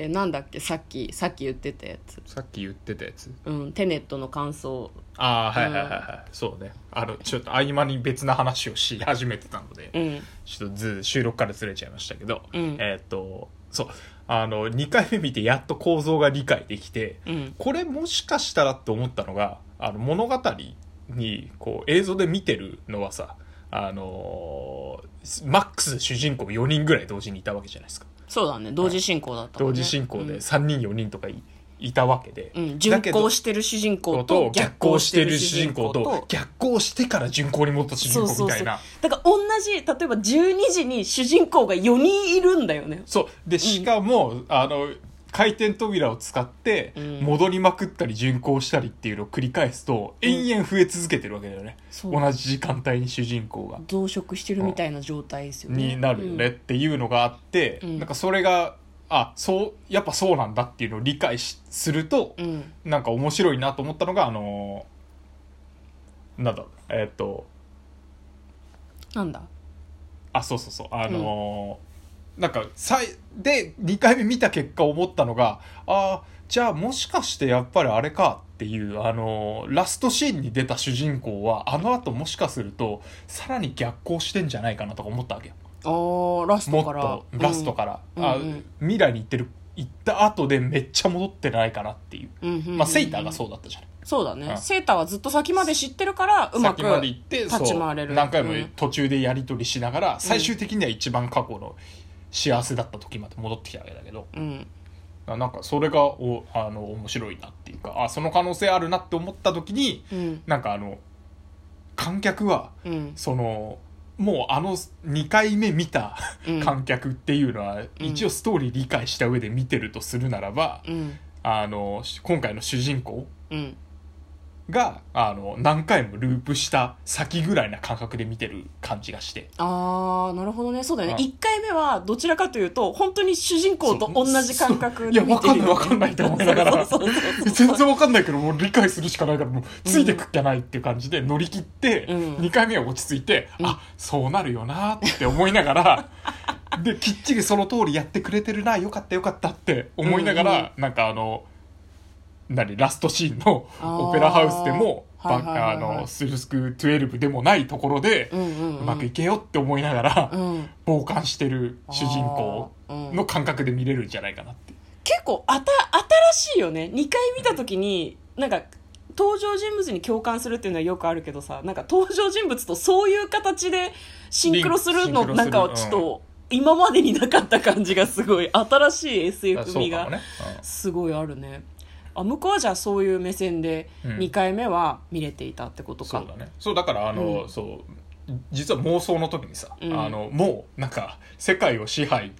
えなんだっけさっきさっき言ってたやつさっき言ってたやつうんテネットの感想ああはいはいはいはい、そうねあのちょっと合間に別な話をし始めてたので、うんちょっとず収録からずれちゃいましたけど、うんえーっとそうあの2回目見てやっと構造が理解できて、うんこれもしかしたらって思ったのがあの物語にこう映像で見てるのはさあのーマックス主人公4人ぐらい同時にいたわけじゃないですかそうだね同時進行だったも同んね、時進行で3人4人とかいいたわけで、うん、うん、だ順けど行してる主人公とと逆逆行行ししててるる主主人人公公とと逆行してから順行に戻った主人そう公そうみたそいうなだから同じ例えば12時に主人公が4人いるんだよねそうでしかも、あの回転扉を使ってうん戻りまくったり順行したりっていうのを繰り返すとん延々増え続けてるわけだよね、そう同じ時間帯に主人公が、増殖してるみたいな状態ですよねになるよねっていうのがあって、うんなんかそれがあそうやっぱそうなんだっていうのを理解しすると、うん、うんなんか面白いなと思ったのがあのーなんだろうえーっ、となんだあそうそうそうあのーなんかさいで2回目見た結果思ったのがあーじゃあもしかしてやっぱりあれかっていうあのーラストシーンに出た主人公はあの後もしかするとさらに逆行してんじゃないかなとか思ったわけよあーラスもトっからとラストかから、うんあうんうん未来に行ってる行った後でめっちゃ戻ってないかなっていう、ら、うんうんうんうんまあ、セイターがそうだったじゃないそうだね、うんセーターはずっと先まで知ってるからうまく先まで行って立ち回れるそう何回もうん途中でやり取りしながら、最終的には一番過去の幸せだった時まで戻ってきたわけだけどうんななんかそれがおあの面白いなっていうかあその可能性あるなって思った時にうんなんかあの観客はうんそのもうあの2回目見たうん観客っていうのは、うん一応ストーリー理解した上で見てるとするならば、うんあのし今回の主人公うんがあの何回もループした先ぐらいな感覚で見てる感じがしてあーなるほどねそうだよね、うん一1回目はどちらかというと本当に主人公と同じ感覚いでや見わてかんるないよわねかんないと思いながらそうそうそうそう 全然わかんないけどもう理解するしかないからもうついてくっきゃないっていう感じで乗り切って、うん2回目は落ち着いて、うんあそうなるよなって思いなが らできっちりその通りやってくれてるなよかったよかったって思いながら、うんうんなんかあの何ラストシーンのあーオペラハウスでもはいばはいはいはいあのスルスク12でもないところで、うんうんううんまくいけよって思いながら、うん傍観してる主人公あーうんの感覚で見れるんじゃないかなって。結構あた新しいよね2回見た時になんか登場人物に共感するっていうのはよくあるけどさなんか登場人物とそういう形でシンクロするリンのクなんかシンクロちすょっると今までになかった感じがすごい新しいだ SF から味そうかもがねすごいあるねあ向こうはじゃあそういう目線でうん2回目は見れていたってことそかうだねそうだからあの、うんそう実は妄想の時にさ、うんあのもうなんか世界を支配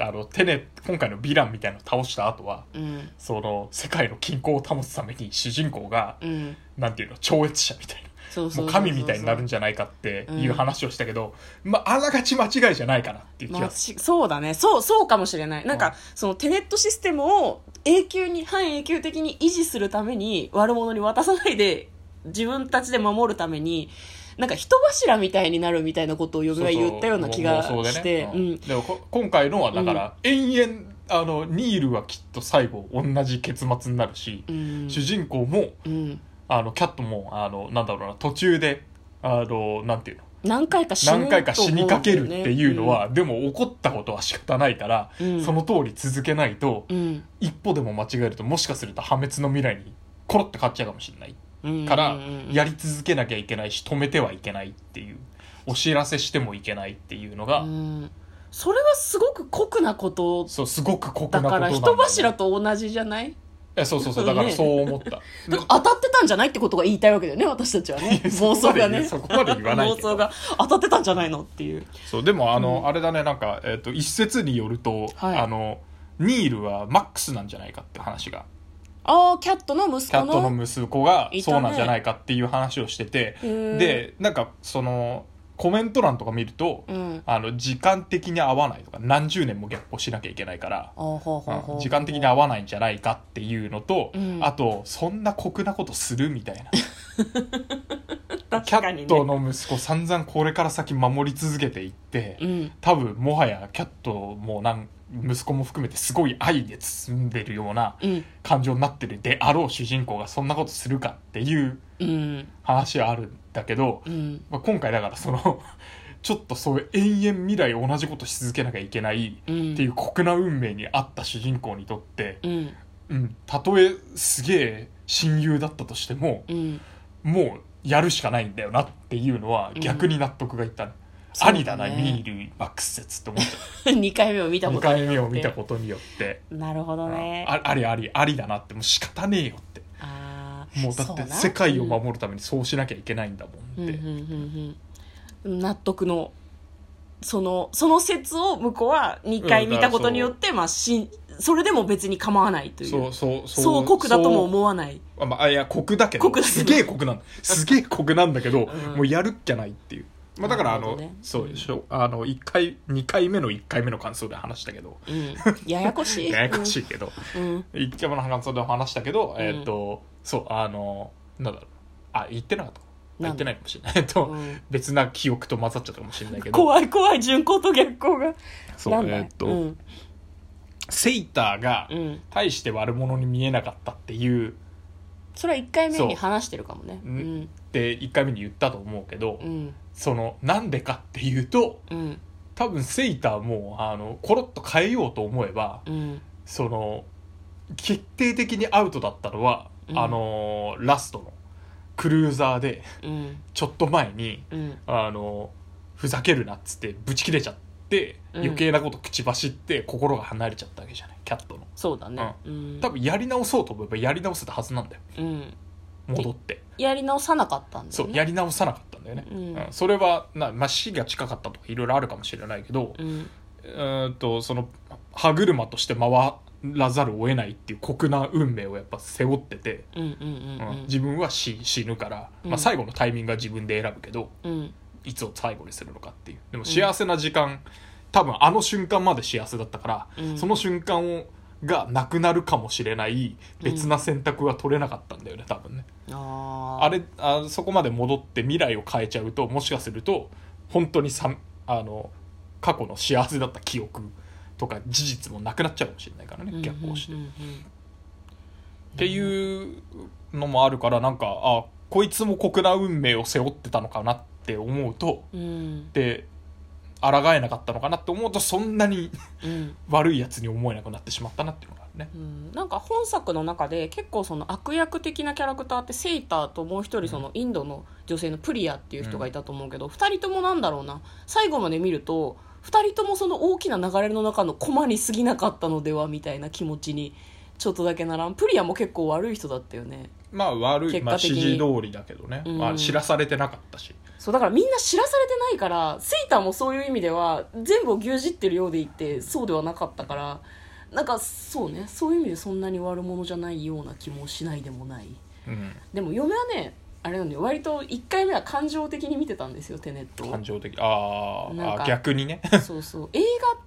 あのテネ今回のヴィランみたいなのを倒した後はうんその世界の均衡を保つために主人公が、うんなんていうの超越者みたいなそうそうそうそうもう神みたいになるんじゃないかっていううん話をしたけど、まああながち間違いじゃないかなっていう気まがあ、すしそうだねそうそうかもしれないなんか、うんそのテネットシステムを永久に半永久的に維持するために悪者に渡さないで自分たちで守るためになんか人柱みたいになるみたいなことを呼る。ぶが言ったような気がそうそう妄想しでてねううんんでもこ今回のはだから、延々あのニールはきっと最後同じ結末になるし、うん主人公もうんあのキャットもあのなんだろうな途中であのなんていうの何回か死ぬ何回か死にかけるっていうのは、とでも起こったことは仕方ないから、思うんだよね、うんその通り続けないと、うん一歩でも間違えるともしかすると破滅の未来にコロッと変わっちゃうかもしれないうんから、うんうんうんやり続けなきゃいけないし止めてはいけないっていうお知らせしてもいけないっていうのが、うんそれはすごく酷なことそうすごく酷だかなことならんだよね人柱と同じじゃないえそうそうそうだからそう思った、だから当たってたんじゃないってことが言いたいわけだよね私たちはねいや 妄想がねそこまで言わないけ妄ど想が当たってたんじゃないのっていうそうでもあの、うんあれだねなんか、えっと一説によると、はいあのニールはマックスなんじゃないかって話がああキャットの息キャ子ットのの息子がいたねそうなんじゃないかっていう話をしてて、へーでなんかそのコメント欄とか見ると、うんあの時間的に合わないとか何十年もギャップをしなきゃいけないから、あーほうほうほうほうんう時間的に合わないんじゃないかっていうのと、うんあとそんな酷なことするみたいな 確キャかにッねトの息子散々これから先守り続けていって、うん多分もはやキャットもなん息子も含めてすごい愛で包んでるようなうん感情になってるであろう主人公がそんなことするかっていううん話はあるんだけど、うんまあ、今回だからその ちょっとそういう延々未来同じことし続けなきゃいけないうんっていう酷な運命にあった主人公にとって、うんうん、たとえすげえ親友だったとしてもうんもうやるしかないんだよなっていうのは逆に納得がいった、ねそうあねりだな、ミール爆説って思った 2回目を見た2こと回目を見たことによって、なるほどねあありありありだなってもう仕方ねえよってあーもうだっそてな世界を守るためにそうしなきゃいけないんだもうんんうっんうて、んうん納得のそのその説を向こうは2回見たことによって、まあ、しんそれでも別に構わないというそうそうそうそう酷だとも思わないそうあまああいや酷だけど酷だけどすげえ酷なんすげえ酷なんだけど、うんもうやるっきゃないっていう。まあ、だからあなるの、ほどねそうでしょあの1回2回目の1回目の感想で話したけどう、ん、ややこしいややこしいけどい、うん一回目の感想でも話したけど、うんえっ、とそうあのなんだろうあ言ってなかったかあなんだ言ってないかもしれないえっ と、うん別な記憶と混ざっちゃったかもしれないけど怖い怖い順光と逆光がそうなんだえっと、うんセイターがうん、大して悪者に見えなかったっていうそれは1回目そうに話してるかもねうんんって1回目に言ったと思うけど、うんそのなんでかっていうとうん多分セイターもあのコロッと変えようと思えばうんその決定的にアウトだったのは、うんあのラストのクルーザーでうんちょっと前にうんあのふざけるなっつってブチ切れちゃってうん余計なこと口走って心が離れちゃったわけじゃないキャットのそうだねうん多分やり直そうと思えばやり直せたはずなんだようん戻ってやり直さなかったんだそようねやり直さなかったんだよね、うんうんそれはな、まあ、死が近かったとかいろいろあるかもしれないけど、うんうーんとその歯車として回らざるを得ないっていう酷な運命をやっぱ背負ってて、うんうんううんん自分は死死ぬから、うんまあ、最後のタイミングは自分で選ぶけどうんうんいつを最後にするのかっていうでも幸せな時間、多分あの瞬間まで幸せだったから、うんその瞬間をがなくなるかもしれない別な選択は取れなかったんだよね多分ね。あーあれあそこまで戻って未来を変えちゃうともしかすると本当にさあの過去の幸せだった記憶とか事実もなくなっちゃうかもしれないからね逆行して。うんうんっていうのもあるからなんかあこいつも酷な運命を背負ってたのかなって思うとうんうんで抗えなかったのかなって思うとそんなにうんうん悪いやつに思えなくなってしまったなっていうのがあるね。うんなんか本作の中で結構その悪役的なキャラクターってセイターともう一人そのインドの女性のプリアっていう人がいたと思うけど、二人ともなんだろうな最後まで見ると二人ともその大きな流れの中の駒に過ぎなかったのではみたいな気持ちにちょっとだけならんプリアも結構悪い人だったよねまあ悪い、結まあ、果的に指示通りだけどね、うんまあ、知らされてなかったしそうだからみんな知らされてないからセイターもそういう意味では全部を牛耳ってるようでいてそうではなかったからなんかそうねそういう意味でそんなに悪者じゃないような気もしないでもないうんでも嫁はねあれなんだよ割と1回目は感情的に見てたんですよテネット感を情的あなんーかあ逆にねそうそう映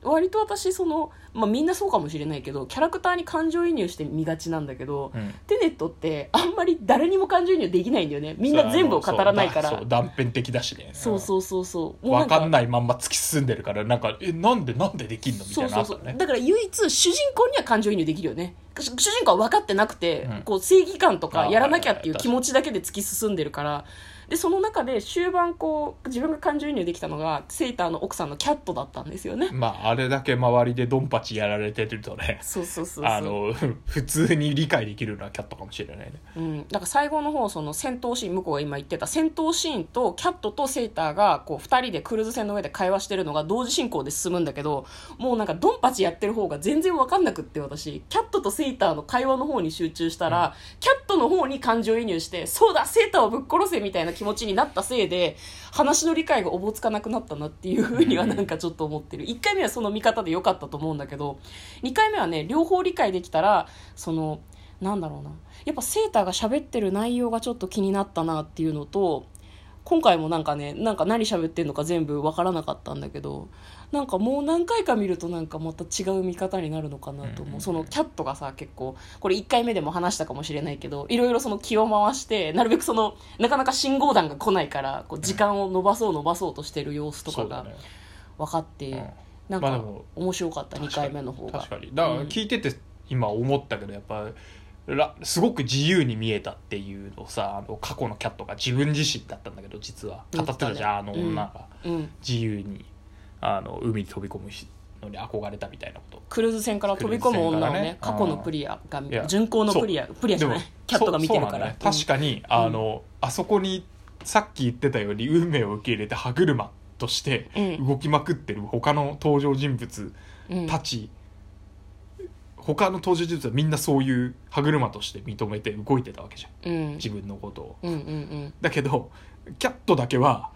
画割と私その、まあ、みんなそうかもしれないけどキャラクターに感情移入して見がちなんだけど、うんテネットってあんまり誰にも感情移入できないんだよねみんな全部を語らないからそう断片的だしねそうそうそうそう分かんいないまんま突き進んでるからなんかえなんでなんでできんのみたそいうなのそあうっそたうねだから唯一主人公には感情移入できるよねし主人公は分かってなくて、うんこう正義感とあかーやらなきゃっていうはいはい気持ちだけで突き進んでるからでその中で終盤こう自分が感情移入できたのがセイターの奥さんのキャットだったんですよね、まああれだけ周りでドンパチやられてるとねそうそうそうそうあの 普通に理解できるのはキャットかもしれないねうん、だから最後の方その戦闘シーン向こうが今言ってた戦闘シーンとキャットとセイターがこう2人でクルーズ船の上で会話してるのが同時進行で進むんだけどもうなんかドンパチやってる方が全然分かんなくって私キャットとセイターの会話の方に集中したら、キャットの方に感情移入してそうだセイターをぶっ殺せみたいな気持ちになったせいで話の理解がおぼつかなくなったなっていうふうにはなんかちょっと思ってる1回目はその見方で良かったと思うんだけど2回目はね両方理解できたらそのなんだろうなやっぱセーターが喋ってる内容がちょっと気になったなっていうのと今回もなんかねなんか何喋ってんのか全部わからなかったんだけどなんかもう何回か見るとなんかまた違う見方になるのかなとうんうん思ううんそのキャットがさ結構これ1回目でも話したかもしれないけどいろいろその気を回してなるべくそのなかなか信号弾が来ないからこう時間を延ばそう延ばそうとしてる様子とかそうだがね分かって、うんなんまあかでも面白かった2回目の方が確かにだから聞いてて今思ったけどやっぱらすごく自由に見えたっていうのをさあの過去のキャットが自分自身だったんだけど実は語ってたじゃん、言っあのてたね女がうん自由にあの海に飛び込むのに憧れたみたいなことクルーズ船から飛び込む女をねクルーズ船からね過去のプリアがいや巡航のプリアプリアじゃないでもキャットが見てるかそうそうなら、んだよね確かに、あのあそこにさっき言ってたように運命を受け入れて歯車としてうん動きまくってる他の登場人物うんたち、他の登場人物はみんなそういう歯車として認めて動いてたわけじゃんうん自分のことをうんうんうんだけどキャットだけは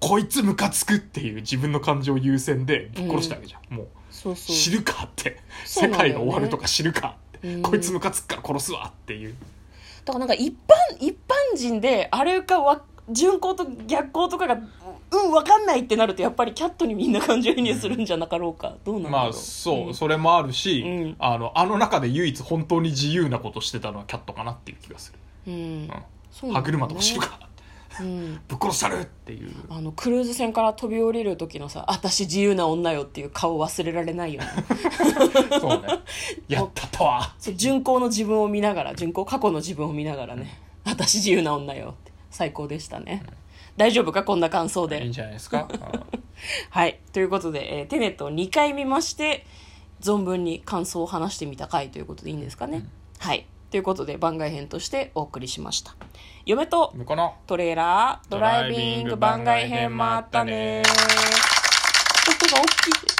こいつムカつくっていう自分の感情優先でぶっ殺したわけじゃん、もうそうそう知るかって、そう世なんだよね界の終わるとか知るかって、うんこいつムカつくから殺すわっていうだからなんか一般一般人であれかわ順行と逆行とかがうん分かんないってなるとやっぱりキャットにみんな感情移入するんじゃなかろう か、どうなんだろう、まあそう、うんそれもあるし、うんあのあの中で唯一本当に自由なことしてたのはキャットかなっていう気がする、うんうんそうな歯んだよね車とか知るかうんぶっ殺したるっていうあのクルーズ船から飛び降りる時のさ「私自由な女よ」っていう顔忘れられないよね そうね やったとはそう巡航の自分を見ながら巡航過去の自分を見ながらね「私自由な女よ」って最高でしたね、大丈夫かこんな感想でいいんじゃないですか、うんはい。ということで、えーテネットを2回見まして、存分に感想を話してみた回ということでいいんですかね。はい。ということで、番外編としてお送りしました。嫁とこのトレーラー、ドライビング番外編もあったねー。音が大きい。